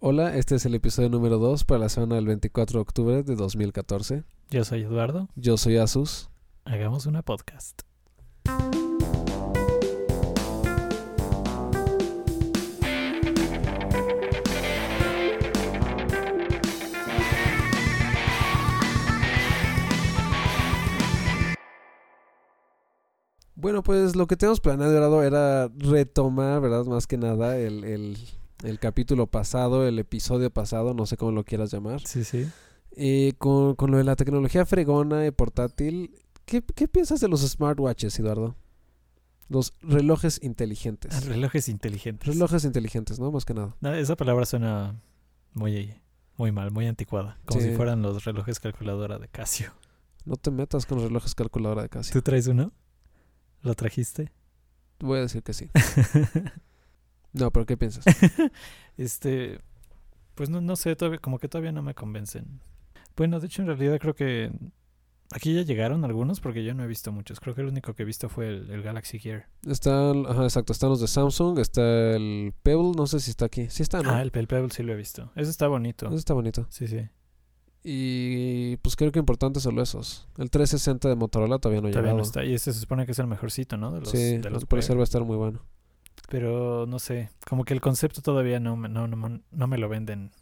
Hola, este es el episodio número 2 para la semana del 24 de octubre de 2014. Yo soy Eduardo. Yo soy Asus. Hagamos una podcast. Bueno, pues lo que tenemos planeado Eduardo, era retomar, ¿verdad? Más que nada el, el, el capítulo pasado, el episodio pasado, no sé cómo lo quieras llamar. Sí, sí. Eh, con, con lo de la tecnología fregona y portátil, ¿qué, qué piensas de los smartwatches, Eduardo? Los relojes Ah, inteligentes. Relojes inteligentes. Relojes inteligentes, ¿no? Más que nada. No, esa palabra suena muy, muy mal, muy anticuada. Como Sí. si fueran los relojes calculadora de Casio. No te metas con los relojes calculadora de casi. ¿Tú traes uno? ¿Lo trajiste? Voy a decir que sí. No, pero ¿qué piensas? Este, pues no, no sé, todavía, como que todavía no me convencen. Bueno, de hecho, en realidad creo que aquí ya llegaron algunos porque yo no he visto muchos. Creo que el único que he visto fue el, el Galaxy Gear. Están, ajá, exacto, están los de Samsung, está el Pebble, no sé si está aquí. Sí está, ¿no? Ah, el, el Pebble sí lo he visto. Eso está bonito. Eso está bonito. Sí, sí. Y pues creo que importante solo esos. El 360 de Motorola todavía no ha Todavía llegado. no está. Y este se supone que es el mejorcito, ¿no? De los, sí, de los al parecer Pebble. va a estar muy bueno. Pero no sé, como que el concepto todavía no me, no, no, no me lo venden.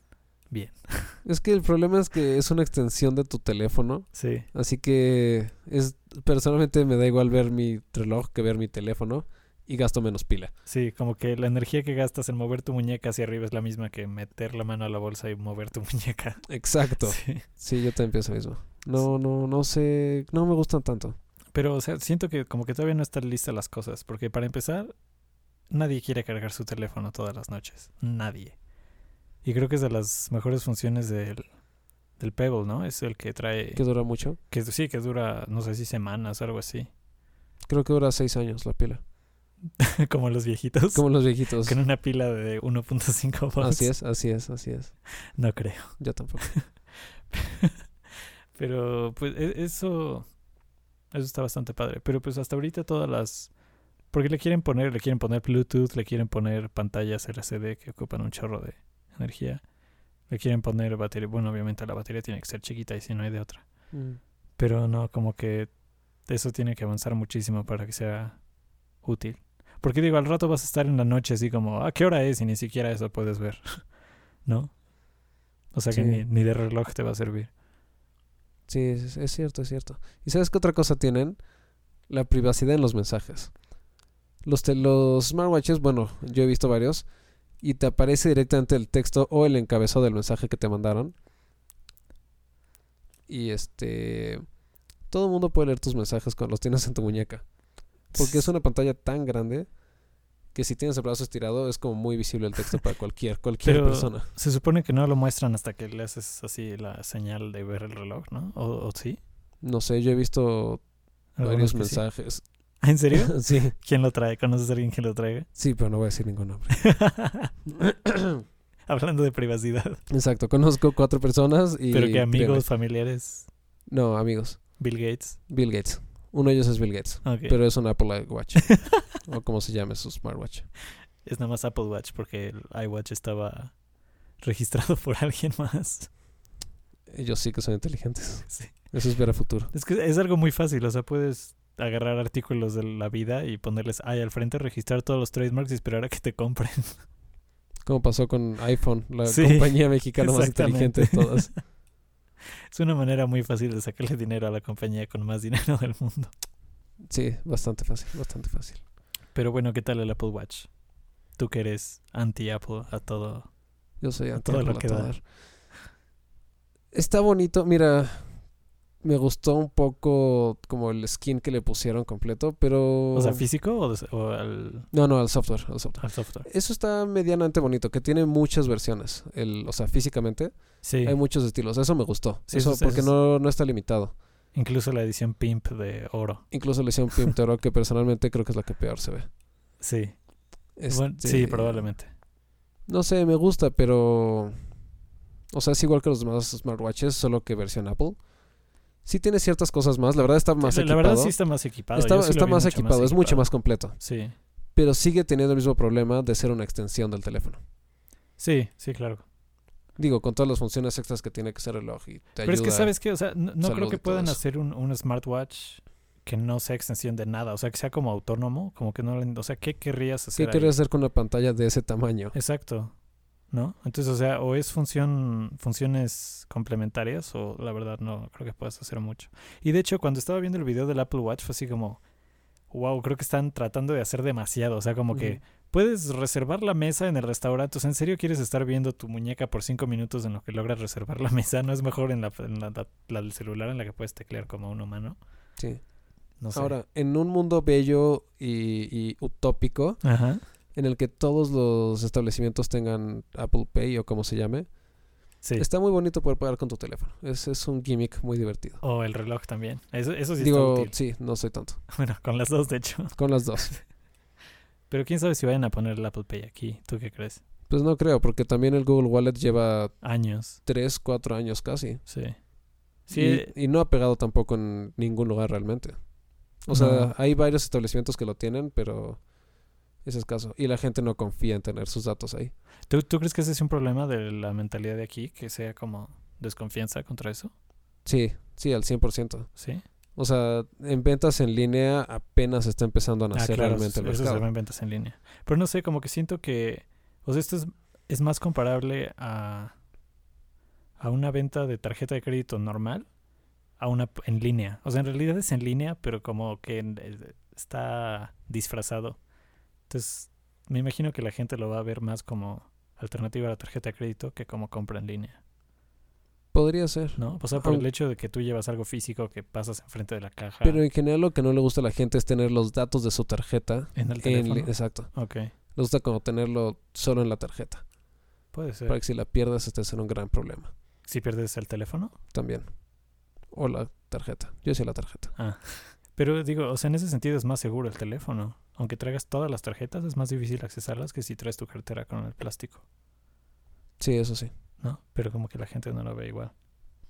Es que el problema es que es una extensión de tu teléfono, Sí, así que es personalmente me da igual ver mi reloj que ver mi teléfono y gasto menos pila. sí, como que la energía que gastas en mover tu muñeca hacia arriba es la misma que meter la mano a la bolsa y mover tu muñeca. Exacto. Sí. Sí, yo también pienso lo mismo. No, no, no sé, no me gustan tanto. Pero, o sea, siento que como que todavía no están listas las cosas, porque para empezar, nadie quiere cargar su teléfono todas las noches. Nadie. Y creo que es de las mejores funciones del, del Pebble, ¿no? Es el que trae... Que dura mucho. Que sí, que dura, no sé si semanas o algo así. Creo que dura seis años la pila. como los viejitos. Como los viejitos. Con una pila de 1.5 volts. Así es, así es, así es. No creo. Yo tampoco. Pero pues e- eso eso está bastante padre, pero pues hasta ahorita todas las porque le quieren poner, le quieren poner Bluetooth, le quieren poner pantallas LCD que ocupan un chorro de energía. Le quieren poner batería, bueno, obviamente la batería tiene que ser chiquita y si no hay de otra. Mm. Pero no, como que eso tiene que avanzar muchísimo para que sea útil. Porque digo, al rato vas a estar en la noche así como, ¿a qué hora es? Y ni siquiera eso puedes ver, ¿no? O sea que Sí. ni, ni de reloj te va a servir. Sí, es, es cierto, es cierto. ¿Y sabes qué otra cosa tienen? La privacidad en los mensajes. Los, te- los smartwatches, bueno, yo he visto varios, y te aparece directamente el texto o el encabezado del mensaje que te mandaron. Y este... Todo el mundo puede leer tus mensajes cuando los tienes en tu muñeca. Porque es una pantalla tan grande que si tienes el brazo estirado es como muy visible el texto para cualquier, cualquier Pero- persona. Se supone que no lo muestran hasta que le haces así la señal de ver el reloj, ¿no? ¿O, o sí? No sé, yo he visto varios Algunos que sí. mensajes. ¿En serio? sí. ¿Quién lo trae? ¿Conoces a alguien que lo traiga? Sí, pero no voy a decir ningún nombre. Hablando de privacidad. Exacto, conozco cuatro personas y... Pero que amigos, créeme, familiares, No, amigos. Bill Gates. Bill Gates. Uno de ellos es Bill Gates, Ok. pero es un Apple Watch. o como se llame su smartwatch. Es nada más Apple Watch porque el iWatch estaba registrado por alguien más. Ellos sí que son inteligentes. Sí. Eso es ver a futuro. Es que es algo muy fácil, o sea, puedes agarrar artículos de la vida y ponerles ahí al frente, registrar todos los trademarks y esperar a que te compren. Como pasó con iPhone, la Sí, compañía mexicana más inteligente de exactamente. todas. Es una manera muy fácil de sacarle dinero a la compañía con más dinero del mundo. Sí, bastante fácil, bastante fácil. Pero bueno, ¿qué tal el Apple Watch? Tú que eres anti-Apple a todo. Yo soy A anti todo lo que da. Está bonito, mira, me gustó un poco como el skin que le pusieron completo, pero... O sea, físico o, des- o al, no, no, al software, al software. al software. Eso está medianamente bonito, que tiene muchas versiones. El, o sea, físicamente Sí, hay muchos estilos. Eso me gustó. Sí, eso, eso es- porque eso no, es- no está limitado. incluso la edición Pimp de oro. Incluso le hicieron Pimtero, que personalmente creo que es la que peor se ve. Sí, bueno, Este, sí, probablemente. No sé, me gusta, pero. O sea, es igual que los demás smartwatches, solo que versión Apple. Sí tiene ciertas cosas más. La verdad está más la, la equipado. verdad sí está más equipado. está Yo sí lo está vi más mucho equipado, es mucho más completo. Sí, Pero sigue teniendo el mismo problema de ser una extensión del teléfono. sí, sí, claro. Digo, con todas las funciones extras que tiene que ser reloj y te Pero es que, ayuda. ¿sabes qué? O sea, no, no creo salud y que todo puedan eso. hacer un, un smartwatch que no sea extensión de nada. O sea, que sea como autónomo. Como que no... le- O sea, ¿qué querrías hacer ¿Qué ahí? querías hacer con una pantalla de ese tamaño? Exacto. ¿No? Entonces, o sea, o es función, funciones complementarias o la verdad no creo que puedas hacer mucho. Y de hecho, cuando estaba viendo el video del Apple Watch fue así como, wow, creo que están tratando de hacer demasiado. O sea, como que puedes reservar la mesa en el restaurante. O sea, ¿en serio quieres estar viendo tu muñeca por cinco minutos en lo que logras reservar la mesa? ¿No es mejor en la, en la- la- la del celular en la que puedes teclear como un humano? Sí. No sé. Ahora, en un mundo bello y, y utópico, Ajá. en el que todos los establecimientos tengan Apple Pay o como se llame, Sí. está muy bonito poder pagar con tu teléfono. Es, es un gimmick muy divertido. O el reloj también. Eso, eso sí Digo, está útil. sí, no soy tonto. Bueno, con las dos, de hecho. Con las dos. Pero quién sabe si vayan a poner el Apple Pay aquí. ¿Tú qué crees? Pues no creo, porque también el Google Wallet lleva Años, 3, 4 años casi. sí. Sí, Y- eh, Y, no ha pegado tampoco en ningún lugar realmente. O sea, No. hay varios establecimientos que lo tienen, pero ese es caso. Y la gente no confía en tener sus datos ahí. ¿tú, tú crees que ese es un problema de la mentalidad de aquí? Que sea como desconfianza contra eso, Sí, sí, al 100%. ¿sí? O sea, en ventas en línea apenas está empezando a nacer realmente el Ah, eso se mercado. llama en ventas en línea. Pero no sé, como que siento que... O sea, esto es, es más comparable a, a una venta de tarjeta de crédito normal a una p- en línea. O sea, en realidad es en línea, pero como que en- eh, está disfrazado. Entonces, me imagino que la gente lo va a ver más como alternativa a la tarjeta de crédito que como compra en línea, Podría ser. ¿no? O sea, por el Aunque- hecho de que tú llevas algo físico que pasas enfrente de la caja Pero en general lo que no le gusta a la gente es tener los datos de su tarjeta. en el en teléfono. li- exacto. ok, Le gusta como tenerlo solo en la tarjeta. puede ser. Para que si la pierdas este será un gran problema Si pierdes el teléfono. también. O la tarjeta. Yo decía la tarjeta. Pero digo, o sea, en ese sentido es más seguro el teléfono. Aunque traigas todas las tarjetas, es más difícil accesarlas que si traes tu cartera con el plástico, Sí, eso sí. ¿no? Pero como que la gente no lo ve igual.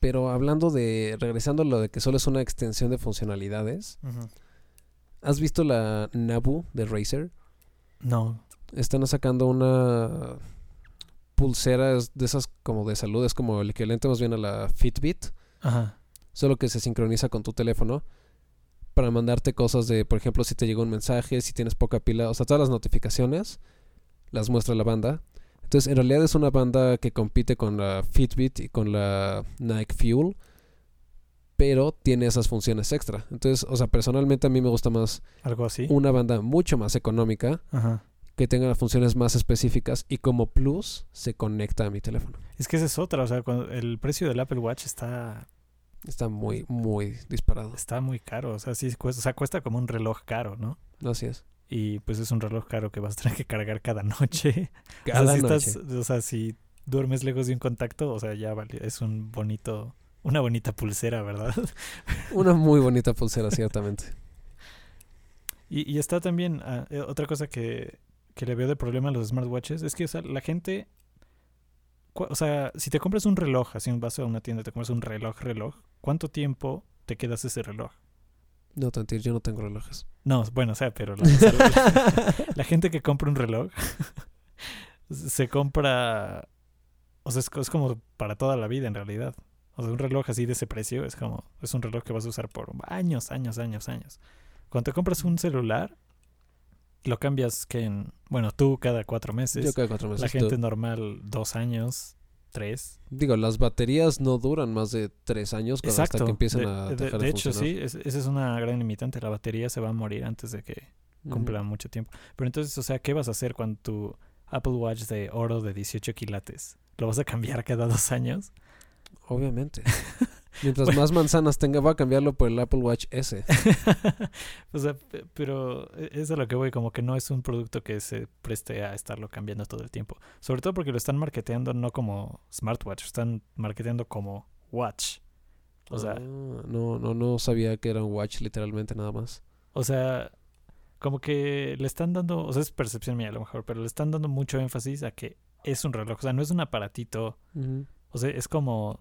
Pero hablando de, regresando a lo de que solo es una extensión de funcionalidades, ¿has visto la Nabu de Razer? No. Están sacando una pulsera es de esas como de salud, es como el equivalente más bien a la Fitbit, Ajá. solo que se sincroniza con tu teléfono para mandarte cosas de, por ejemplo, si te llegó un mensaje, si tienes poca pila, o sea, todas las notificaciones las muestra la banda. Entonces, en realidad es una banda que compite con la Fitbit y con la Nike Fuel, pero tiene esas funciones extra. Entonces, o sea, personalmente a mí me gusta más Algo así. una banda mucho más económica Ajá. que tenga las funciones más específicas y como plus se conecta a mi teléfono. Es que esa es otra, o sea, cuando el precio del Apple Watch está, Está muy, muy disparado. está muy caro. O sea, sí cuesta, o sea, cuesta como un reloj caro, ¿no? Así es. Y pues es un reloj caro que vas a tener que cargar cada noche. o Cada sea, si noche. estás- o sea, si duermes lejos de un contacto, o sea, ya valió. Es un bonito, una bonita pulsera, ¿verdad? Una muy bonita pulsera, ciertamente. Y, y está también ah, eh, otra cosa que, que le veo de problema a los smartwatches es que o sea, la gente, cua- o sea, si te compras un reloj, así un vaso a una tienda, te compras un reloj, reloj, ¿cuánto tiempo te quedas ese reloj? No te mentir, yo no tengo relojes. No, bueno, o sea, pero la, o sea, la- la gente que compra un reloj se compra, o sea, es, co- es como para toda la vida en realidad. O sea, un reloj así de ese precio es como, es un reloj que vas a usar por años, años, años, años. Cuando te compras un celular, lo cambias que en, bueno, tú cada cuatro meses, yo cada cuatro meses. la tú- gente normal dos años, tres. Digo, las baterías no duran más de tres años cuando hasta Exacto. que empiezan de, a de- dejar de, de hecho, funcionar. sí, es- esa es una gran limitante. La batería se va a morir antes de que Ujú. cumpla mucho tiempo. Pero entonces, o sea, ¿qué vas a hacer cuando tu Apple Watch de oro de 18 quilates? ¿Lo vas a cambiar cada dos años? Obviamente. Mientras Bueno. más manzanas tenga, va a cambiarlo por el Apple Watch S. o sea, pe- pero e, es a lo que voy, como que no es un producto que se preste a estarlo cambiando todo el tiempo. Sobre todo porque lo están marketeando no como smartwatch, están marketeando como watch. O sea, Ah, no, no, no sabía que era un watch literalmente nada más. O sea, como que le están dando, o sea, es percepción mía a lo mejor, pero le están dando mucho énfasis a que es un reloj, o sea, no es un aparatito, Ujú. o sea, es como,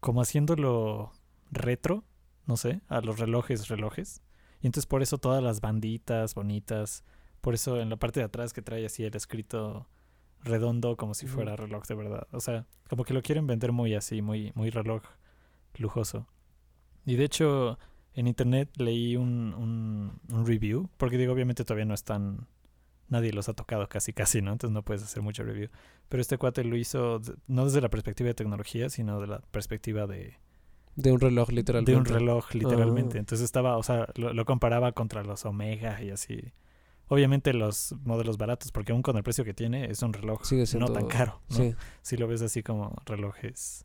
como haciéndolo retro, no sé, a los relojes, relojes. Y entonces por eso todas las banditas bonitas, por eso en la parte de atrás que trae así el escrito redondo como si fuera reloj de verdad. O sea, como que lo quieren vender muy así, muy, muy reloj lujoso. Y de hecho, en internet leí un, un, un review, porque digo, obviamente todavía no están, nadie los ha tocado casi, casi, ¿no? Entonces no puedes hacer mucho review. Pero este cuate lo hizo d- no desde la perspectiva de tecnología, sino de la perspectiva de, De un reloj, literalmente. de un reloj, literalmente. Ah. Entonces estaba, o sea, lo, lo comparaba contra los Omega y así. Obviamente los modelos baratos, porque aún con el precio que tiene, es un reloj Sigue no siendo. tan caro. ¿no? Sí, Si lo ves así como relojes.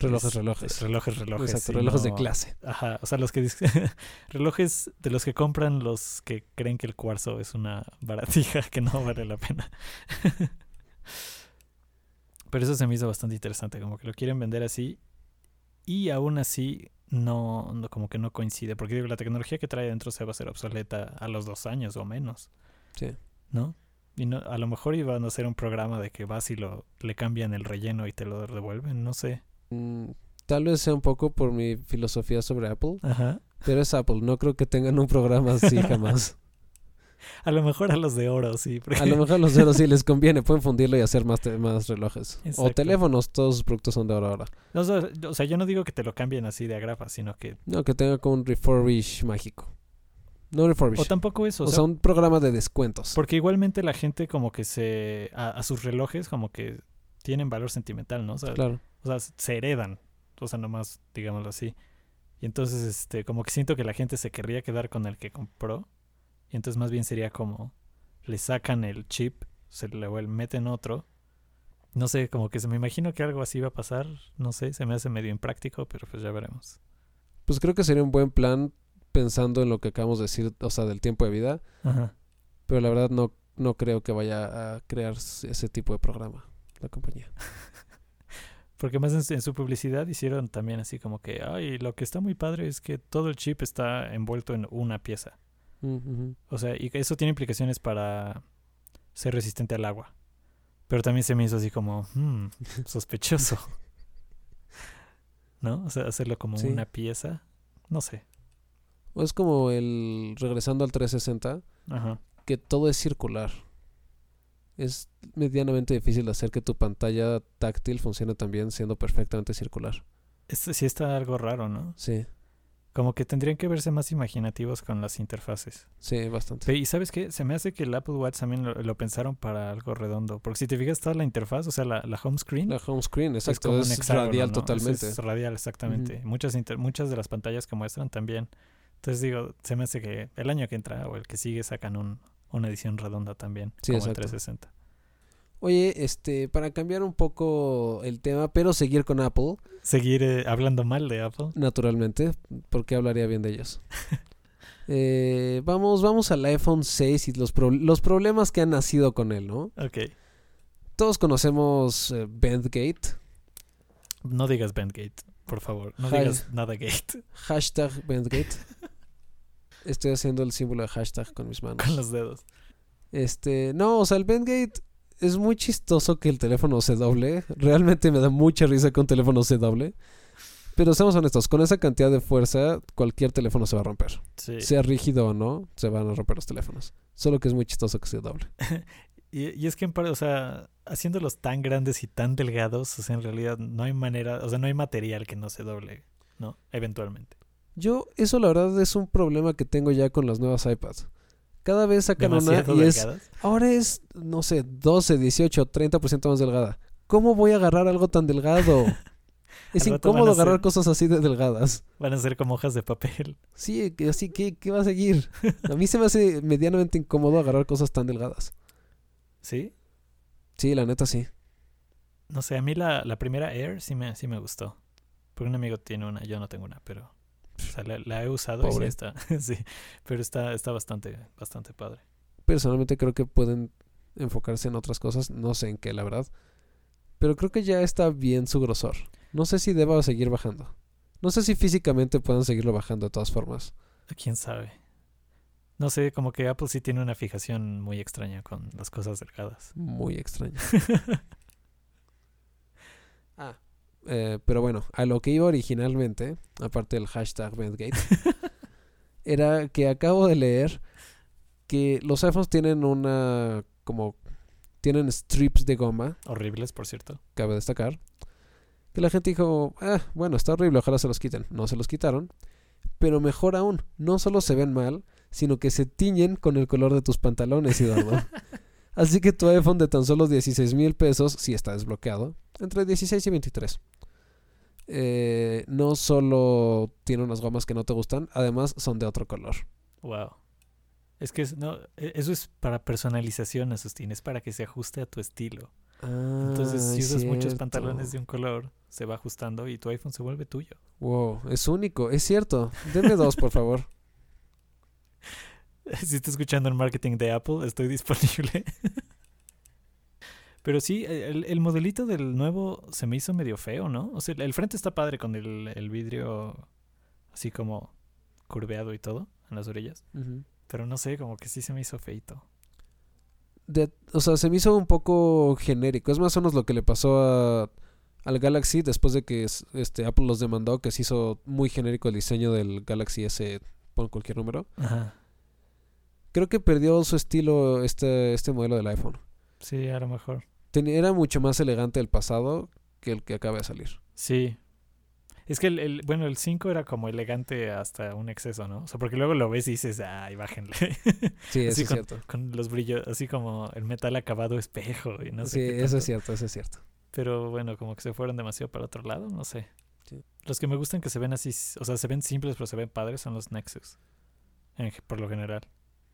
relojes, es- relojes. Relojes, relojes. Exacto, y relojes de no- clase. Ajá, o sea, los que dis- relojes de los que compran los que creen que el cuarzo es una baratija que no vale la pena. Pero eso se me hizo bastante interesante, como que lo quieren vender así y aún así no, no- como que no coincide, porque digo, la tecnología que trae dentro se va a ser obsoleta a los dos años o menos. Sí. ¿No? Y no, a lo mejor iban a hacer un programa de que vas y lo, le cambian el relleno y te lo devuelven, no sé. Mm, tal vez sea un poco por mi filosofía sobre Apple, Ajá. pero es Apple. No creo que tengan un programa así jamás. A lo mejor a los de oro, sí. porque- A lo mejor a los de oro sí les conviene, pueden fundirlo y hacer más, te- más relojes. O Exacto. teléfonos, todos sus productos son de oro ahora. No, o sea, o sea, yo no digo que te lo cambien así de agrapa, sino que... No, que tenga como un refurbish mágico. No refurbish. O tampoco eso, o, o sea, sea, un programa de descuentos. porque igualmente la gente como que se... A, a sus relojes como que tienen valor sentimental, ¿no? O sea, Claro. o sea, se heredan, o sea, nomás, digámoslo así. Y entonces, este, como que siento que la gente se querría quedar con el que compró. Y entonces más bien sería como, le sacan el chip, se le vuel- meten otro. No sé, como que se me imagino que algo así va a pasar, no sé, se me hace medio impráctico, pero pues ya veremos. Pues creo que sería un buen plan pensando en lo que acabamos de decir, o sea, del tiempo de vida. Ajá. Pero la verdad no, no creo que vaya a crear s- ese tipo de programa la compañía. Porque más en, su- en su publicidad hicieron también así como que, ay, lo que está muy padre es que todo el chip está envuelto en una pieza. Mm, ujú. O sea, y que eso tiene implicaciones para ser resistente al agua. Pero también se me hizo así como, hmm, sospechoso. ¿No? O sea, hacerlo como Sí. una pieza. No sé. O es como el regresando al 360, Ajá. que todo es circular. Es medianamente difícil hacer que tu pantalla táctil funcione también siendo perfectamente circular. Esto sí está algo raro, ¿no? Sí, Como que tendrían que verse más imaginativos con las interfaces. sí, bastante. Ve, Y sabes qué, se me hace que el Apple Watch también lo, lo pensaron para algo redondo. Porque si te fijas, está la interfaz, o sea, la, la home screen. La home screen, es exacto, como un es, hexágono, radial ¿no? totalmente. Es, es radial, exactamente. muchas, inter- muchas de las pantallas que muestran también. Entonces digo, se me hace que el año que entra o el que sigue sacan un, una edición redonda también, Sí, como el exacto. 360. Oye, este, para cambiar un poco el tema, pero seguir con Apple, Seguir eh, hablando mal de Apple. naturalmente, porque hablaría bien de ellos. Eh, vamos, vamos al iPhone 6 y los, pro- los problemas que han nacido con él, ¿no? Ok, Todos conocemos eh, Bandgate, no digas Bandgate, por favor. No Hi. digas nada gate hashtag Bandgate. Estoy haciendo el símbolo de hashtag con mis manos. con los dedos. Este, no, o sea, el Bandgate es muy chistoso que el teléfono se doble. Realmente me da mucha risa que un teléfono se doble. Pero seamos honestos, con esa cantidad de fuerza, cualquier teléfono se va a romper. Sí. Sea rígido o no, se van a romper los teléfonos. Solo que es muy chistoso que se doble. Y, y es que en parte, o sea, haciéndolos tan grandes y tan delgados, o sea, en realidad no hay manera, o sea, no hay material que no se doble, ¿no? Eventualmente. Yo, eso la verdad es un problema que tengo ya con las nuevas iPads. Cada vez sacan una Demasiado y es, delgados. ahora es, no sé, 12, 18, 30% más delgada. ¿Cómo voy a agarrar algo tan delgado? es Al rato van a incómodo agarrar ser- cosas así de delgadas. Van a ser como hojas de papel. Sí, que- así que ¿qué va a seguir? A mí se me hace medianamente incómodo agarrar cosas tan delgadas. ¿Sí? Sí, la neta sí. No sé, a mí la, la primera Air sí me, sí me gustó. Porque un amigo tiene una, yo no tengo una, pero. O sea, la, la he usado Pobre. y sí está. sí, pero está, está bastante, bastante padre. Personalmente creo que pueden enfocarse en otras cosas, no sé en qué, la verdad. Pero creo que ya está bien su grosor. No sé si deba seguir bajando. No sé si físicamente puedan seguirlo bajando de todas formas. ¿Quién sabe? No sé, como que Apple sí tiene una fijación muy extraña con las cosas delgadas. Muy extraño. ah, eh, pero bueno, a lo que iba originalmente, aparte del hashtag Bandgate, era que acabo de leer que los iPhones tienen una como Tienen strips de goma, Horribles, por cierto. cabe destacar. Que la gente dijo, ah, bueno, está horrible, ojalá se los quiten. No se los quitaron. Pero mejor aún, no solo se ven mal, sino que se tiñen con el color de tus pantalones, Eduardo. Así que tu iPhone de tan solo 16 mil pesos, si está desbloqueado, entre 16 y 23. Eh, no solo tiene unas gomas que no te gustan, además son de otro color. Wow. Es que es- no, e- eso es para personalización, Asustín. Es para que se ajuste a tu estilo. Entonces, Ah, si usas muchos pantalones de un color, se va ajustando y tu iPhone se vuelve tuyo. Wow, es único, es cierto. Denme dos, por favor. Si está escuchando el marketing de Apple, estoy disponible. Pero sí, e, el, el modelito del nuevo se me hizo medio feo, ¿no? O sea, el frente está padre con el, el vidrio así como curveado y todo en las orillas. Ujú. Pero no sé, como que sí se me hizo feito. De- o sea, se me hizo un poco genérico. Es más o menos lo que le pasó a- al Galaxy después de que es- este, Apple los demandó, que se hizo muy genérico el diseño del Galaxy S, pon cualquier número. Ajá. Creo que perdió su estilo este, este modelo del iPhone. Sí, a lo mejor. Tenía- era mucho más elegante el pasado que el que acaba de salir. Sí. Es que el, el- bueno, el 5 era como elegante hasta un exceso, ¿no? O sea, porque luego lo ves y dices, ay, bájenle. Sí, eso Sí, es cierto. con los brillos, así como el metal acabado espejo y no sé. sí, qué eso tanto. es cierto, eso es cierto. Pero bueno, como que se fueron demasiado para otro lado, no sé. Sí. Los que me gustan que se ven así, s- o sea, se ven simples pero se ven padres son los Nexus. en ge- por lo general.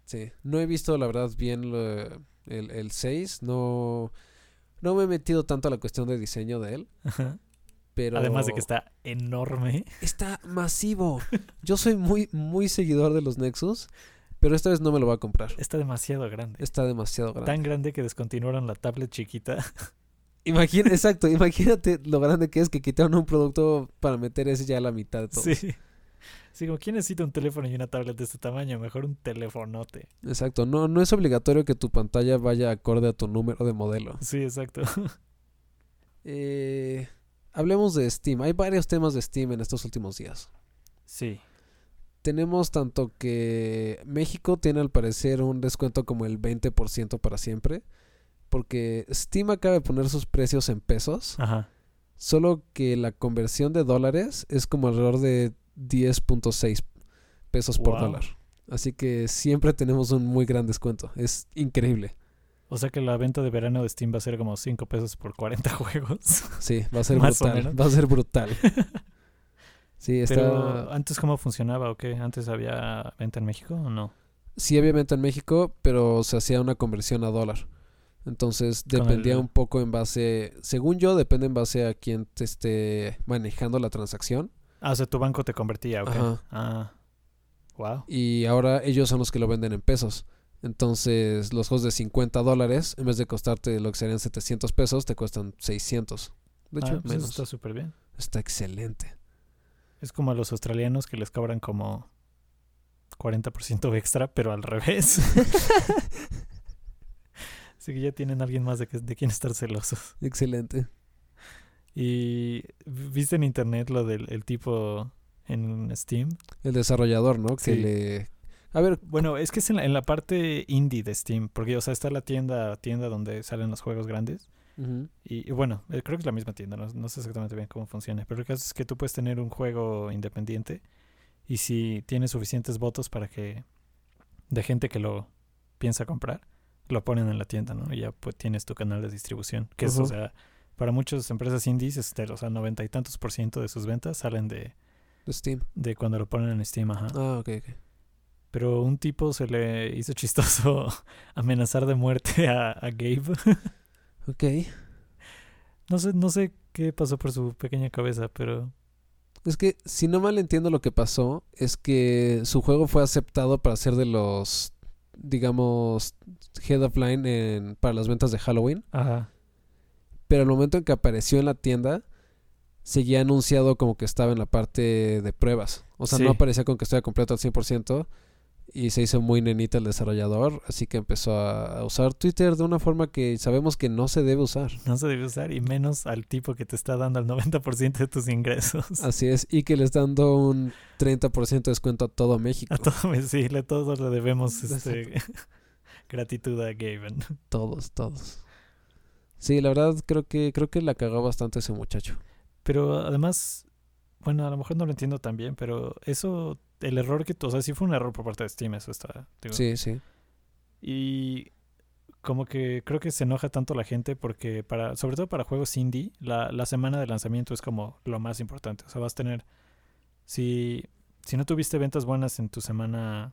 Sí, no he visto la verdad bien lo- el, el 6, no, no me he metido tanto a la cuestión de diseño de él, Ajá. pero... Además de que está enorme. Está masivo. Yo soy muy, muy seguidor de los Nexus, pero esta vez no me lo voy a comprar. Está demasiado grande. Está demasiado grande. Tan grande que descontinuaron la tablet chiquita. Imagina, exacto, imagínate lo grande que es que quitaron un producto para meter ese ya a la mitad de todo. Sí. Sí, como, ¿quién necesita un teléfono y una tablet de este tamaño? Mejor un telefonote. Exacto, no, no es obligatorio que tu pantalla vaya acorde a tu número de modelo. Sí, exacto. Eh, hablemos de Steam. Hay varios temas de Steam en estos últimos días. Sí. Tenemos tanto que México tiene al parecer un descuento como el 20% para siempre, porque Steam acaba de poner sus precios en pesos, Ajá. solo que la conversión de dólares es como alrededor de 10.6 pesos por Wow. dólar. Así que siempre tenemos un muy gran descuento. Es increíble. O sea que la venta de verano de Steam va a ser como 5 pesos por 40 juegos. Sí, va a ser Más o brutal. menos. Va a ser brutal. Sí, está. Pero antes cómo funcionaba o qué? ¿Antes había venta en México o no? Sí, obviamente en México, pero se hacía una conversión a dólar. Entonces Con dependía el- un poco en base, según yo, depende en base a quién te esté manejando la transacción. Ah, o sea, tu banco te convertía, ok. Ajá. Ah. Wow. Y ahora ellos son los que lo venden en pesos. Entonces los juegos de 50 dólares, en vez de costarte lo que serían 700 pesos, te cuestan 600. De hecho, Ah, pues eso menos. está Está... súper bien. excelente. Es como a los australianos que les cobran como 40% extra, pero al revés. Así que ya tienen alguien más de, que- de quien estar celosos. Excelente. Y viste en internet lo del el tipo en Steam. El desarrollador, ¿no? Que Sí. le... A ver, Bueno, es que es en la, en la parte indie de Steam, porque, o sea, está la tienda, tienda donde salen los juegos grandes. ujú, Y, y bueno, eh, creo que es la misma tienda, no, no sé exactamente bien cómo funciona, pero el caso es que tú puedes tener un juego independiente y si tienes suficientes votos para que de gente que lo piensa comprar, lo ponen en la tienda, ¿no? Y ya pues tienes tu canal de distribución, que es, o Ujú. sea, para muchas empresas indies, este, o sea, noventa y tantos por ciento de sus ventas salen de, de Steam. de cuando lo ponen en Steam, ajá. Ah, ok, ok. Pero un tipo se le hizo chistoso amenazar de muerte a, a Gabe. Ok. No sé, no sé qué pasó por su pequeña cabeza, pero Es que, si no mal entiendo lo que pasó, es que su juego fue aceptado para ser de los, digamos, head of line en- para las ventas de Halloween, Ajá. pero al momento en que apareció en la tienda, seguía anunciado como que estaba en la parte de pruebas. O sea, Sí. no aparecía con que estaba completo al 100%. Y se hizo muy nenita el desarrollador, así que empezó a a usar Twitter de una forma que sabemos que no se debe usar. No se debe usar y menos al tipo que te está dando el 90% de tus ingresos. Así es, y que le están dando un 30% de descuento a todo México. A todo sí, le todos le debemos este, gratitud a Gaben. Todos, todos. Sí, la verdad creo que creo que la cagó bastante ese muchacho. Pero además, bueno, a lo mejor no lo entiendo tan bien, pero eso, el error que, o sea, sí fue un error por parte de Steam, eso está. digo. Sí, sí. Y como que creo que se enoja tanto la gente porque para, sobre todo para juegos indie, la, la semana de lanzamiento es como lo más importante. O sea, vas a tener, si, si no tuviste ventas buenas en tu semana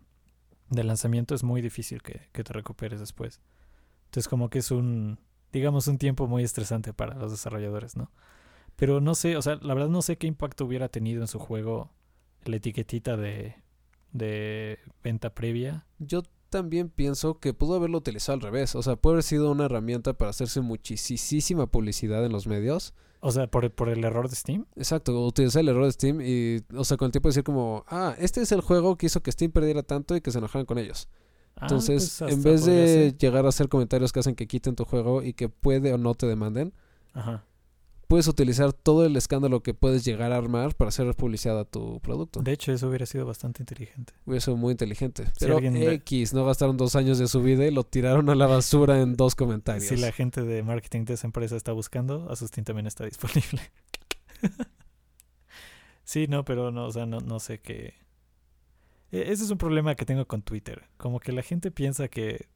de lanzamiento, es muy difícil que, que te recuperes después. Entonces como que es un, digamos, un tiempo muy estresante para los desarrolladores, ¿no? Pero no sé, o sea, la verdad no sé qué impacto hubiera tenido en su juego la etiquetita de, de venta previa. Yo también pienso que pudo haberlo utilizado al revés. O sea, puede haber sido una herramienta para hacerse muchísima publicidad en los medios. O sea, por, por el error de Steam. Exacto, utilizar el error de Steam y, o sea, con el tiempo decir como, ah, este es el juego que hizo que Steam perdiera tanto y que se enojaran con ellos. Ah, Entonces, pues, hasta en vez de podría ser. llegar a hacer comentarios que hacen que quiten tu juego y que puede o no te demanden, Ajá. puedes utilizar todo el escándalo que puedes llegar a armar para hacer publicidad a tu producto. De hecho, eso hubiera sido bastante inteligente. Eso es muy inteligente. Pero alguien ve- X, no gastaron dos años de su vida y lo tiraron a la basura en dos comentarios. Si la gente de marketing de esa empresa está buscando, Asustín también está disponible. sí, no, pero no, o sea, no, no sé qué. E- Ese es un problema que tengo con Twitter. Como que la gente piensa que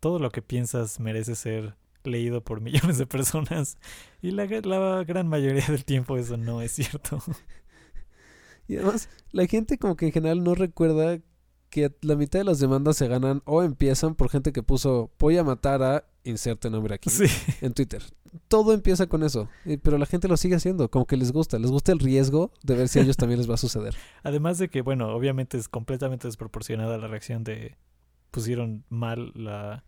todo lo que piensas merece ser leído por millones de personas. Y la, gra- la gran mayoría del tiempo eso no es cierto. Y además, la gente como que en general no recuerda que la mitad de las demandas se ganan o empiezan por gente que puso voy a matar a inserte nombre aquí sí. en Twitter. Todo empieza con eso, y- pero la gente lo sigue haciendo, como que les gusta, les gusta el riesgo de ver si a ellos también les va a suceder. Además de que, bueno, obviamente es completamente desproporcionada la reacción de pusieron mal la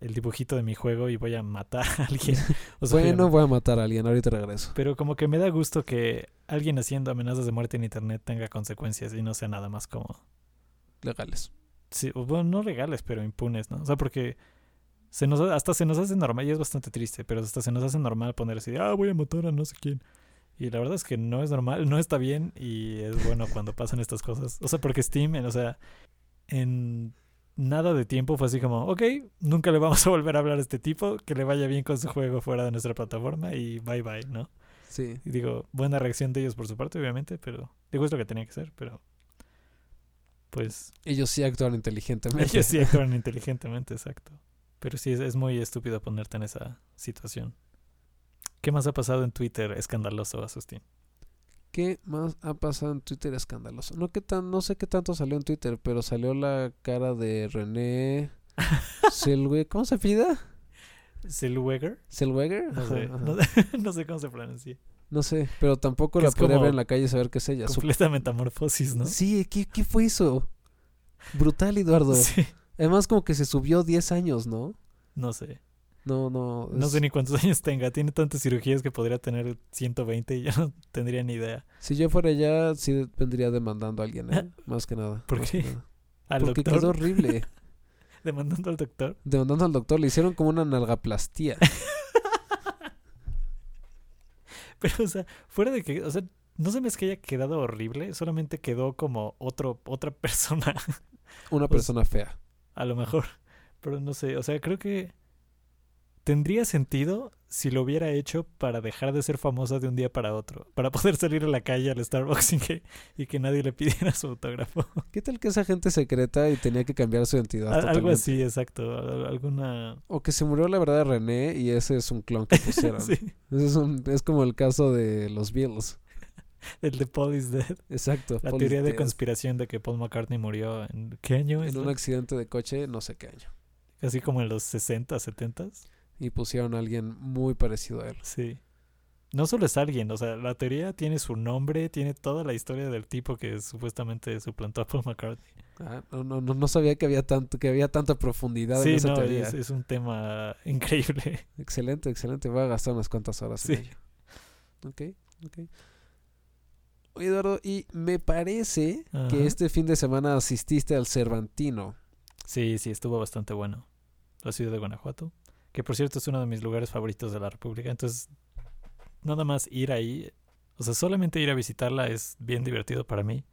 el dibujito de mi juego y voy a matar a alguien. O sea, bueno, obviamente. voy a matar a alguien, ahorita regreso. pero como que me da gusto que alguien haciendo amenazas de muerte en internet tenga consecuencias y no sea nada más como Legales. sí, o bueno, no regales, pero impunes, ¿no? O sea, porque se nos ha- hasta se nos hace normal y es bastante triste, pero hasta se nos hace normal poner así, de, ah, voy a matar a no sé quién. Y la verdad es que no es normal, no está bien y es bueno cuando pasan estas cosas. O sea, porque Steam, en- o sea, en nada de tiempo fue así como, ok, nunca le vamos a volver a hablar a este tipo, que le vaya bien con su juego fuera de nuestra plataforma y bye bye, ¿no? Sí. Y digo, buena reacción de ellos por su parte, obviamente, pero digo, es lo que tenía que ser, pero pues Ellos sí actúan inteligentemente. ellos sí actúan inteligentemente, exacto. Pero sí, es, es muy estúpido ponerte en esa situación. ¿Qué más ha pasado en Twitter escandaloso, Asustín? ¿Qué más ha pasado en Twitter escandaloso? No, que tan, no sé qué tanto salió en Twitter, pero salió la cara de René Selwe. ¿Cómo se pida? ¿Silweger? ¿Selweger? No sé, Ajá. no, sé- no sé cómo se pronuncia. No sé, pero tampoco Que la es podría como- ver en la calle y saber qué es ella. Su- Completa metamorfosis, ¿no? Sí, ¿qué, qué fue eso? Brutal, Eduardo. Sí, Además, como que se subió 10 años, ¿no? No sé. No, no. No es- sé ni cuántos años tenga. Tiene tantas cirugías que podría tener 120 y yo no tendría ni idea. Si yo fuera allá, sí vendría demandando a alguien, ¿eh? Más que nada. ¿Por más qué? que nada. Al Porque doctor, quedó horrible. demandando al doctor. Demandando al doctor, le hicieron como una nalgaplastía. Pero, o sea, fuera de que, o sea, no se me es que haya quedado horrible, solamente quedó como otro, otra persona. Una Pues- persona fea. A lo mejor. Pero no sé, o sea, creo que tendría sentido si lo hubiera hecho para dejar de ser famosa de un día para otro. Para poder salir a la calle al Starbucks y que, y que nadie le pidiera su autógrafo. ¿Qué tal que esa gente secreta y tenía que cambiar su identidad? Al- algo totalmente? así, exacto. al- Alguna. O que se murió la verdad de René y ese es un clon que pusieron. Sí, Ese es, un- es como el caso de los Beatles. el de Paul is Dead. Exacto. La Paul teoría de Dead. conspiración de que Paul McCartney murió en. ¿Qué año? es En un la- accidente de coche, no sé qué año. Así como en los 60, 70 Y pusieron a alguien muy parecido a él. Sí. No solo es alguien, o sea, la teoría tiene su nombre, tiene toda la historia del tipo que supuestamente suplantó a Paul McCartney. Ah, no, no, no, no sabía que había tanto, que había tanta profundidad en Sí, esa no, teoría. es, es un tema increíble. Excelente, excelente. Voy a gastar unas cuantas horas en Sí. ello. Ok, ok. Oye, Eduardo, y me parece Ajá. que este fin de semana asististe al Cervantino. Sí, sí, estuvo bastante bueno. La ciudad de Guanajuato, que por cierto es uno de mis lugares favoritos de la República. Entonces, nada más ir ahí, o sea, solamente ir a visitarla es bien divertido para mí.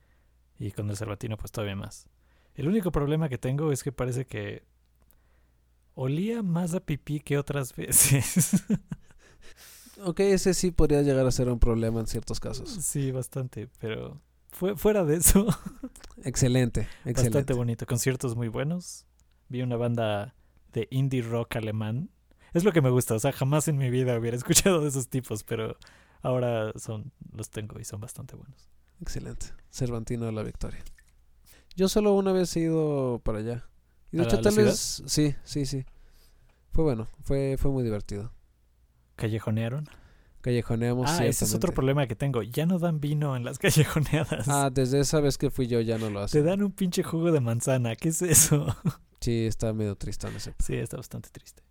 Y con el Cervatino, pues todavía más. El único problema que tengo es que parece que Olía más a pipí que otras veces. Ok, ese sí podría llegar a ser un problema en ciertos casos. sí, bastante, pero fue, fuera de eso, Excelente, excelente. Mm. bastante bonito. Conciertos muy buenos. Vi una banda de indie rock alemán. Es lo que me gusta, o sea, jamás en mi vida hubiera escuchado de esos tipos, pero ahora son los tengo y son bastante buenos. Excelente. Cervantino de la Victoria. Yo solo una vez he ido para allá. Y de ¿A la- hecho, a la tal vez. Sí, sí, sí. Fue bueno, fue, fue muy divertido. Callejonearon. Callejoneamos. ah, ese es otro Oh, ciertamente. problema que tengo. Ya no dan vino en las callejoneadas. Ah, desde esa vez que fui yo ya no lo Te hacen. dan un pinche jugo de manzana. ¿Qué es eso? Sí, está medio tristón ese. Sí, está bastante triste.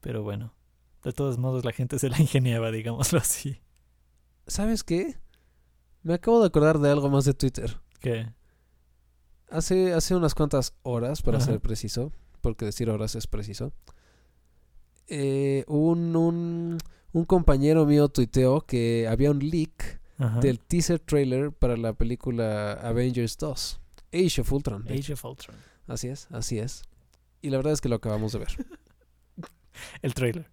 Pero bueno, de todos modos la gente se la ingeniaba, digámoslo así. ¿Sabes qué? Me acabo de acordar de algo más de Twitter. Que Hace, hace unas cuantas horas, para Ajá. ser preciso, porque decir horas es preciso, eh, un, un, un compañero mío tuiteó que había un leak ajá. del teaser trailer para la película Avengers 2. Age of Ultron. de hecho. Age of Ultron. Así es, así es. Y la verdad es que lo acabamos de ver. El trailer.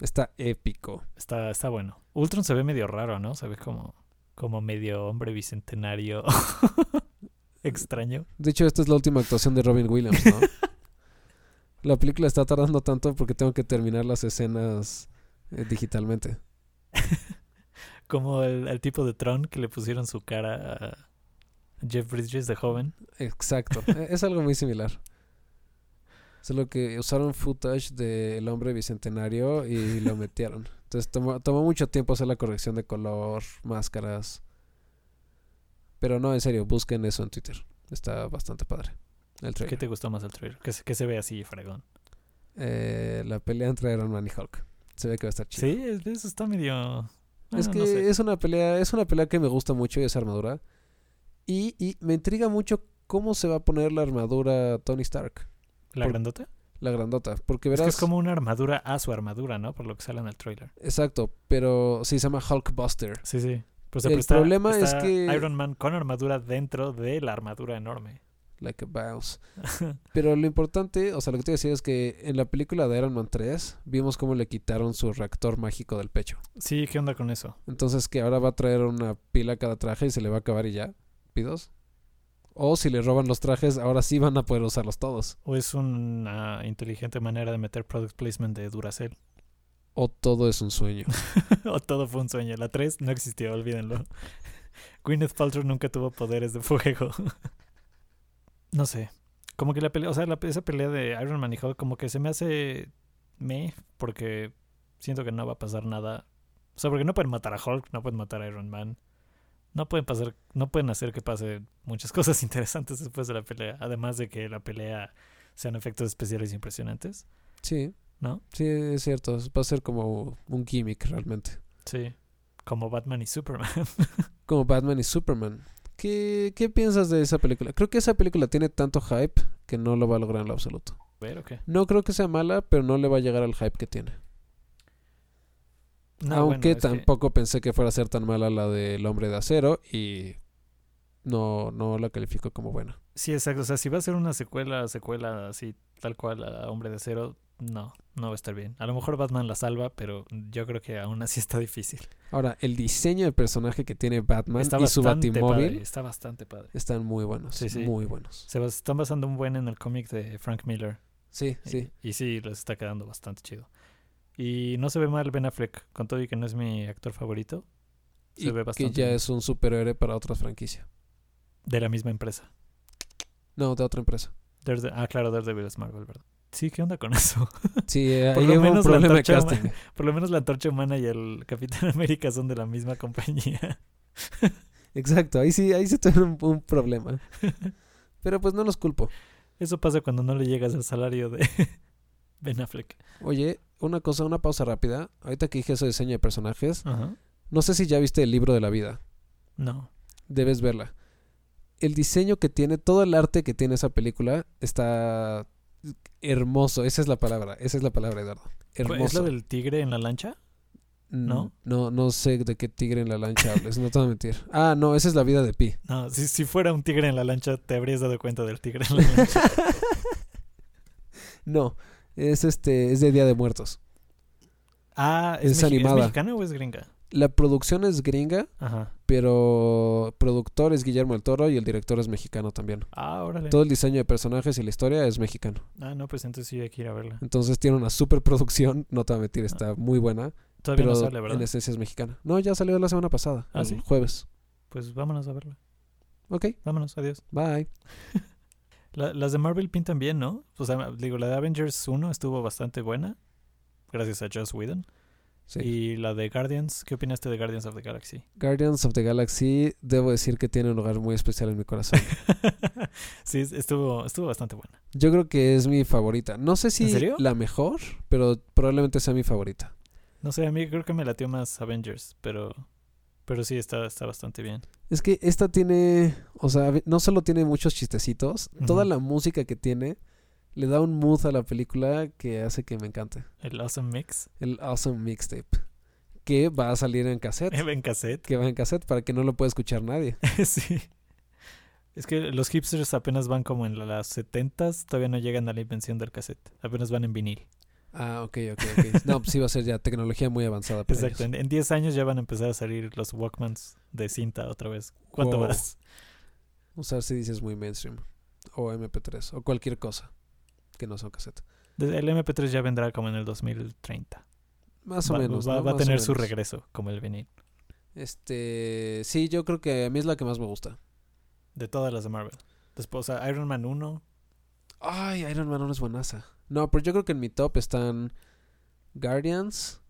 Está épico. Está, está bueno. Ultron se ve medio raro, ¿no? Se ve como, como medio hombre bicentenario. Extraño. De hecho, esta es la última actuación de Robin Williams, ¿no? la película está tardando tanto porque tengo que terminar las escenas eh, digitalmente. Como el, el tipo de Tron que le pusieron su cara a Jeff Bridges de joven. Exacto. Eh, es algo muy similar. Solo que usaron footage del hombre bicentenario y lo metieron. Entonces tomó, tomó mucho tiempo hacer la corrección de color, máscaras. Pero no, en serio, busquen eso en Twitter. Está bastante padre. El ¿Qué trailer. te gustó más el trailer? Que se, que se ve así, fregón. Eh, la pelea entre Iron Man y Hulk. Se ve que va a estar chido. Sí, es- eso está medio... es Bueno, que no sé. es una pelea, es una pelea que me gusta mucho esa armadura. Y, y me intriga mucho cómo se va a poner la armadura Tony Stark, ¿La por- grandota? la grandota, porque verás Es que es como una armadura a su armadura, ¿no? Por lo que sale en el trailer. Exacto, pero sí se llama Hulkbuster. Sí, sí. Pues, El problema es que- Iron Man con armadura dentro de la armadura enorme. Like a bounce. Pero lo importante, o sea, lo que te decía es que en la película de Iron Man 3 vimos cómo le quitaron su reactor mágico del pecho. sí, ¿qué onda con eso? Entonces que ahora va a traer una pila a cada traje y se le va a acabar y ya. ¿Pidos? O si le roban los trajes, ahora sí van a poder usarlos todos. ¿O es una inteligente manera de meter product placement de Duracell? O todo es un sueño. ¿O todo fue un sueño? La 3 no existió, olvídenlo. Gwyneth Paltrow nunca tuvo poderes de fuego. no sé. Como que la pelea, o sea, la, esa pelea de Iron Man y Hulk como que se me hace me porque siento que no va a pasar nada. O sea, porque no pueden matar a Hulk, no pueden matar a Iron Man. No pueden pasar, no pueden hacer que pase muchas cosas interesantes después de la pelea, además de que la pelea sean efectos especiales impresionantes. Sí. ¿No? Sí, es cierto. Va a ser como un gimmick realmente. Sí, como Batman y Superman. como Batman y Superman. ¿Qué, ¿Qué piensas de esa película? Creo que esa película tiene tanto hype que no lo va a lograr en lo absoluto. ¿Ver o qué? No creo que sea mala, pero no le va a llegar al hype que tiene. No, bueno, Aunque es que- tampoco pensé que fuera a ser tan mala la del Hombre de Acero y no, no la califico como buena. Sí, exacto. O sea, si va a ser una secuela, secuela así, tal cual, a Hombre de Acero, no, no va a estar bien. A lo mejor Batman la salva, pero yo creo que aún así está difícil. Ahora, el diseño del personaje que tiene Batman está y su bastante Batimóvil padre, está bastante padre. están muy buenos. Sí, sí. Muy buenos. Se bas- están basando un buen en el cómic de Frank Miller. Sí, Y- sí. Y, sí, les está quedando bastante chido. Y no se ve mal Ben Affleck, con todo y que no es mi actor favorito. Se Y ve que bastante ya bien. es un superhéroe para otra franquicia. de la misma empresa. No, de otra empresa. Darede- ah, claro, Daredevil es Marvel, ¿verdad? Sí, ¿qué onda con eso? Sí, eh, Por ahí lo ¿eh? hubo un menos la problema de antorcha casting. Por lo menos la Antorcha Humana y el Capitán América son de la misma compañía. Exacto, ahí sí, ahí sí tuvieron un, un problema. Pero pues no los culpo. Eso pasa cuando no le llegas al salario de Ben Affleck. Oye, una cosa, una pausa rápida. Ahorita que dije eso de diseño de personajes, no sé si ya viste el libro de la vida. No. Debes verla. El diseño que tiene, todo el arte que tiene esa película está hermoso. Esa es la palabra, esa es la palabra, Eduardo. Pues, ¿Es la Hermoso. del tigre en la lancha? Mm, no? No, no sé de qué tigre en la lancha hables, no te voy a mentir. Ah, no, esa es la vida de Pi. No, si, si fuera un tigre en la lancha, te habrías dado cuenta del tigre en la lancha. No, es este, es de Día de Muertos. Ah, es, Es mexi- animada. ¿es mexicana o es gringa? La producción es gringa, Ajá. pero productor es Guillermo del Toro y el director es mexicano también. Ah, órale. Todo el diseño de personajes y la historia es mexicano. Ah, no, pues entonces sí hay que ir a verla. Entonces tiene una superproducción, no te voy a mentir, está muy buena, Ah. Todavía pero no sale, ¿verdad? en esencia es mexicana. No, ya salió la semana pasada, Ah, el ¿sí? jueves. Pues vámonos a verla. Ok, Vámonos, adiós. bye. La- las de Marvel pintan bien, ¿no? O sea, digo, la de Avengers 1 estuvo bastante buena, gracias a Joss Whedon. Sí. Y la de Guardians, ¿qué opinaste de Guardians of the Galaxy? Guardians of the Galaxy, debo decir que tiene un lugar muy especial en mi corazón. sí, es- estuvo, estuvo bastante buena. Yo creo que es mi favorita. No sé si ¿En serio? la mejor, pero probablemente sea mi favorita. No sé, a mí creo que me latió más Avengers, pero, pero sí, está, está bastante bien. Es que esta tiene, o sea, no solo tiene muchos chistecitos, Ujú. toda la música que tiene le da un mood a la película que hace que me encante. El Awesome Mix, El Awesome Mixtape, que va a salir en cassette, en cassette, que va en cassette para que no lo pueda escuchar nadie. sí. Es que los hipsters apenas van como en las 70s, todavía no llegan a la invención del cassette, apenas van en vinil. Ah, ok, ok, ok. No, pues sí va a ser ya tecnología muy avanzada para Exacto, ellos. en en 10 años ya van a empezar a salir los Walkmans de cinta otra vez. ¿Cuánto Wow. más? Usar si dices muy mainstream o MP3 o cualquier cosa que no sea cassette. De- El MP3 ya vendrá como en el 2030. Más o va, menos. va- ¿no? va a Más o tener su menos. regreso, como el vinil. Este, sí, yo creo que a mí es la que más me gusta. De todas las de Marvel. Después, o sea, Iron Man 1. Ay, Iron Man no es buenaza. No, pero yo creo que en mi top están Guardians,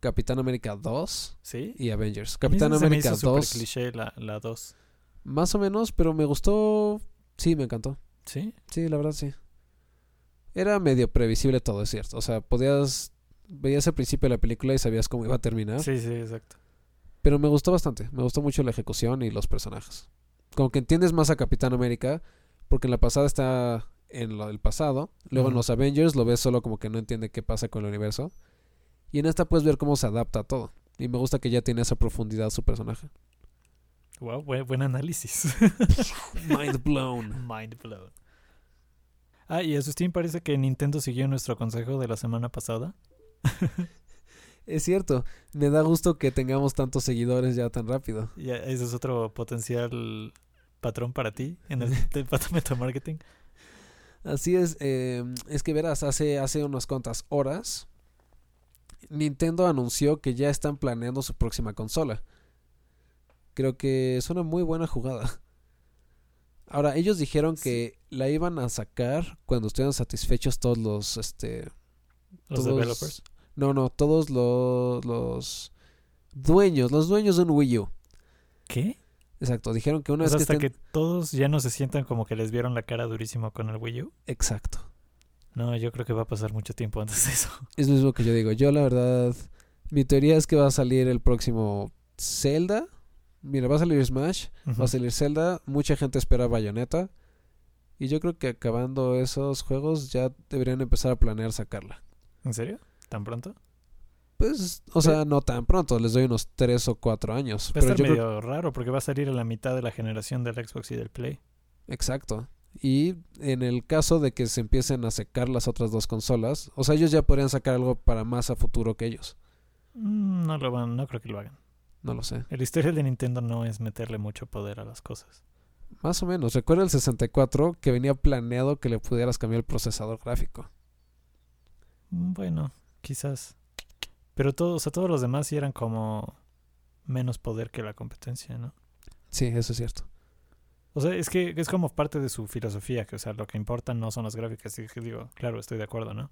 Capitán América 2 ¿Sí? y Avengers. A mí se Capitán me América hizo súper 2, cliché la, la 2. más o menos, pero me gustó. Sí, me encantó. ¿Sí? Sí, la verdad sí. Era medio previsible todo, es cierto. O sea, podías. Veías el principio de la película y sabías cómo iba a terminar. Sí, sí, exacto. Pero me gustó bastante. Me gustó mucho la ejecución y los personajes. Como que entiendes más a Capitán América, porque en la pasada está en lo del pasado. Luego en Ujú. los Avengers lo ves solo como que no entiende qué pasa con el universo. Y en esta puedes ver cómo se adapta a todo. Y me gusta que ya tiene esa profundidad su personaje. Wow, buen, buen análisis. Mind blown. Mind blown. Ah, y a Justin parece que Nintendo siguió nuestro consejo de la semana pasada. Es cierto. Me da gusto que tengamos tantos seguidores ya tan rápido. Y eh, ese es otro potencial patrón para ti en el departamento de marketing. Así es, eh, es que verás, hace, hace unas cuantas horas Nintendo anunció que ya están planeando su próxima consola. Creo que es una muy buena jugada. Ahora, ellos dijeron que la iban a sacar cuando estuvieran satisfechos todos los, este, Los todos- developers. No, no, todos los, los dueños, los dueños de un Wii U. ¿Qué? Exacto, dijeron que una O sea, vez que hasta que estén... todos ya no se sientan como que les vieron la cara durísimo con el Wii U. Exacto. No, yo creo que va a pasar mucho tiempo antes de eso. Es lo mismo que yo digo. Yo, la verdad, mi teoría es que va a salir el próximo Zelda. Mira, va a salir Smash, va a salir Zelda. Mucha gente espera Bayonetta. Y yo creo que acabando esos juegos ya deberían empezar a planear sacarla. ¿En serio? ¿Tan pronto? Pues, o sea, no tan pronto. Les doy unos 3 o 4 años. Va a pero estar yo creo- medio raro porque va a salir a la mitad de la generación del Xbox y del Play. Exacto. Y en el caso de que se empiecen a secar las otras dos consolas, o sea, ellos ya podrían sacar algo para más a futuro que ellos. Mm, No lo van, no creo que lo hagan. No lo sé. El historial de Nintendo no es meterle mucho poder a las cosas. Más o menos. Recuerda el 64 que venía planeado que le pudieras cambiar el procesador gráfico. Mm, Bueno, quizás. Pero todos, o sea, todos los demás sí eran como menos poder que la competencia, ¿no? Sí, eso es cierto. O sea, es que es como parte de su filosofía, que o sea, lo que importa no son las gráficas. Y que digo, claro, estoy de acuerdo, ¿no?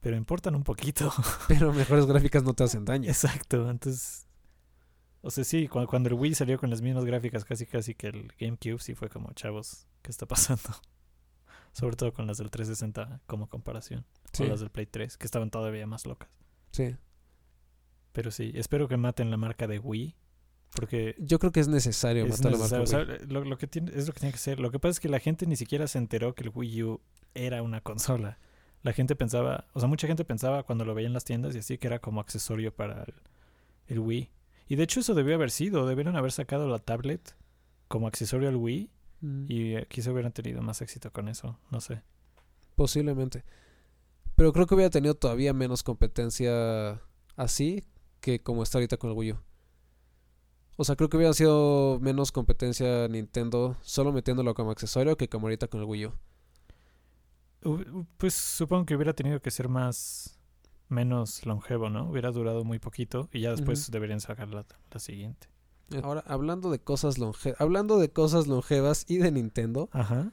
Pero importan un poquito. Pero mejores gráficas no te hacen daño. Exacto, entonces... O sea, sí, cu- cuando, el Wii salió con las mismas gráficas casi casi que el GameCube, sí fue como, chavos, ¿qué está pasando? Sobre todo con las del 360 como comparación. Sí, O las del Play 3, que estaban todavía más locas. sí. Pero sí, espero que maten la marca de Wii, porque Yo creo que es necesario es matar la marca necesario, o sea, Wii. lo, lo que tiene, es lo que tiene que ser. Lo que pasa es que la gente ni siquiera se enteró que el Wii U era una consola. La gente pensaba, o sea, mucha gente pensaba cuando lo veía en las tiendas y así que era como accesorio para el, el Wii. Y de hecho eso debió haber sido, debieron haber sacado la tablet como accesorio al Wii Mm, y eh, quizá hubieran tenido más éxito con eso, no sé. Posiblemente. Pero creo que hubiera tenido todavía menos competencia así que como está ahorita con el Wii U. O sea, creo que hubiera sido menos competencia Nintendo solo metiéndolo como accesorio que como ahorita con el Wii U. Hu- Pues supongo que hubiera tenido que ser más. Menos longevo, ¿no? Hubiera durado muy poquito y ya después Ujú. deberían sacar la, la siguiente. Eh. Ahora, hablando de cosas longe- hablando de cosas longevas y de Nintendo, Ajá.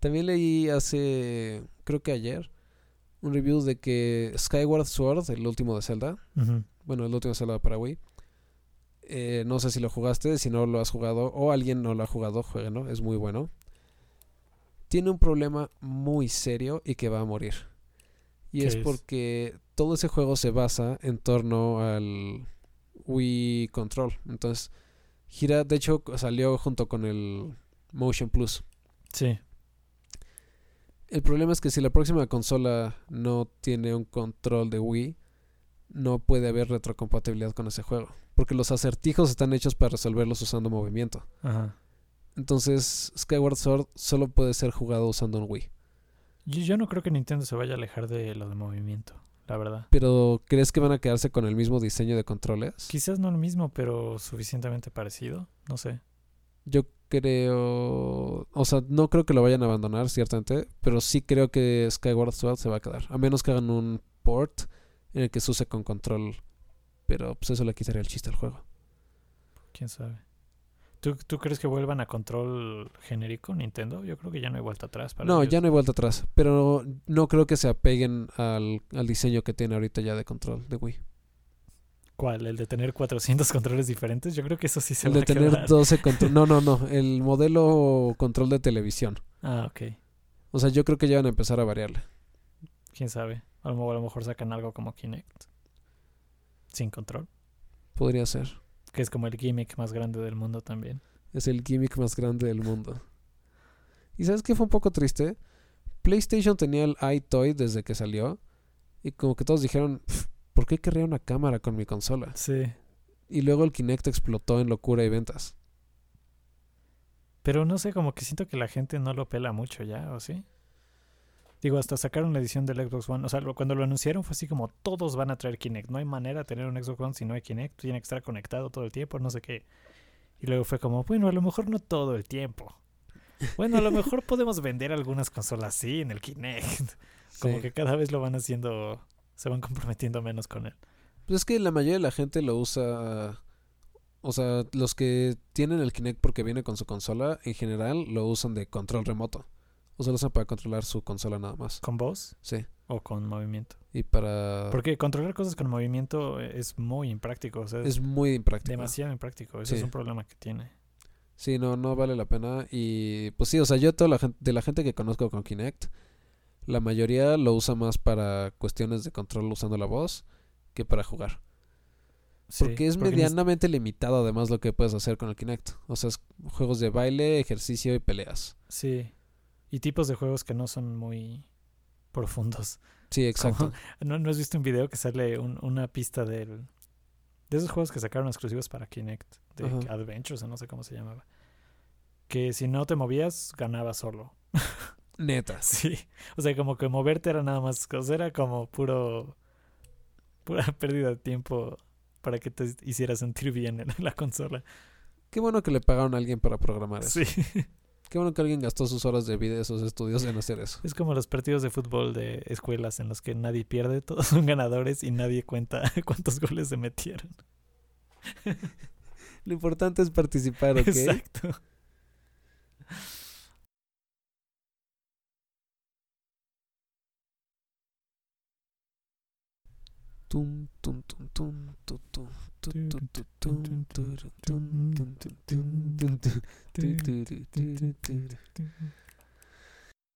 También leí hace, creo que ayer, un review de que Skyward Sword, el último de Zelda, Ujú. bueno, el último de Zelda para Wii, eh, no sé si lo jugaste, si no lo has jugado o alguien no lo ha jugado, jueguenlo, es muy bueno. Tiene un problema muy serio y que va a morir. Y ¿Qué es es? porque todo ese juego se basa en torno al Wii Control. Entonces, gira, de hecho, salió junto con el Motion Plus. Sí. El problema es que si la próxima consola no tiene un control de Wii, no puede haber retrocompatibilidad con ese juego. Porque los acertijos están hechos para resolverlos usando movimiento. Ajá. Entonces, Skyward Sword solo puede ser jugado usando un Wii. Yo, yo no creo que Nintendo se vaya a alejar de lo de movimiento, la verdad. Pero, ¿crees que van a quedarse con el mismo diseño de controles? Quizás no lo mismo, pero suficientemente parecido. No sé. Yo creo. O sea, no creo que lo vayan a abandonar, ciertamente. Pero sí creo que Skyward Sword se va a quedar. A menos que hagan un port en el que se use con control. Pero, pues, eso le quitaría el chiste al juego. ¿Quién sabe? ¿Tú, tú crees que vuelvan a control genérico Nintendo? Yo creo que ya no hay vuelta atrás. Para No, ellos. ya no hay vuelta atrás. Pero no, creo que se apeguen al, al diseño que tiene ahorita ya de control de Wii. ¿Cuál? ¿El de tener 400 controles diferentes? Yo creo que eso sí se el va de a tener quedar. 12 control. No, no, no. El modelo control de televisión. Ah, ok. O sea, yo creo que ya van a empezar a variarle. ¿Quién sabe? A lo, mo- a lo mejor sacan algo como Kinect. Sin control. Podría ser. Que es como el gimmick más grande del mundo también. Es el gimmick más grande del mundo. ¿Y sabes qué fue un poco triste? PlayStation tenía el iToy desde que salió. Y como que todos dijeron, "Pf, ¿por qué querría una cámara con mi consola? Sí. Y luego el Kinect explotó en locura y ventas. Pero no sé, como que siento que la gente no lo pela mucho ya, ¿o sí? Digo, hasta sacaron la edición del Xbox One. O sea, lo- cuando lo anunciaron fue así como todos van a traer Kinect. No hay manera de tener un Xbox One si no hay Kinect. Tiene que estar conectado todo el tiempo, no sé qué. Y luego fue como, bueno, a lo mejor no todo el tiempo. Bueno, a lo mejor podemos vender algunas consolas así en el Kinect. Como Sí. que cada vez lo van haciendo, se van comprometiendo menos con él. Pues es que la mayoría de la gente lo usa. O sea, los que tienen el Kinect porque viene con su consola, en general lo usan de control remoto. O sea, lo usan para controlar su consola nada más. ¿Con voz Sí. o con movimiento? Y para. Porque controlar cosas con movimiento eh, es muy impráctico. O sea, es Es muy impráctico. demasiado impráctico. Ese es Ah. Sí. un problema que tiene. Sí, no, no vale la pena. Y pues sí, o sea, yo toda la gente, de la gente que conozco con Kinect, la mayoría lo usa más para cuestiones de control usando la voz que para jugar. Sí, Porque es ni- medianamente limitado además lo que puedes hacer con el Kinect. O sea, es juegos de baile, ejercicio y peleas. sí. Y tipos de juegos que no son muy profundos. Sí, exacto. ¿No, no has visto un video que sale un- una pista del, de esos juegos que sacaron exclusivos para Kinect? De Ajá. Adventures o no sé cómo se llamaba. Que si no te movías, ganabas solo. Neta. Sí. O sea, como que moverte era nada más. O sea, era como puro. Pura pérdida de tiempo para que te hiciera sentir bien en la consola. Qué bueno que le pagaron a alguien para programar eso. Sí. Qué bueno que alguien gastó sus horas de vida y sus estudios en hacer eso. Es como los partidos de fútbol de escuelas en los que nadie pierde, todos son ganadores y nadie cuenta cuántos goles se metieron. Lo importante es participar, ¿ok? Exacto. Tum, tum, tum, tum, tu, tu, tu, tu, tu, tum, turu, tum, tum, tu, tum, tum, tu, tu, tu, tu, tu, tu.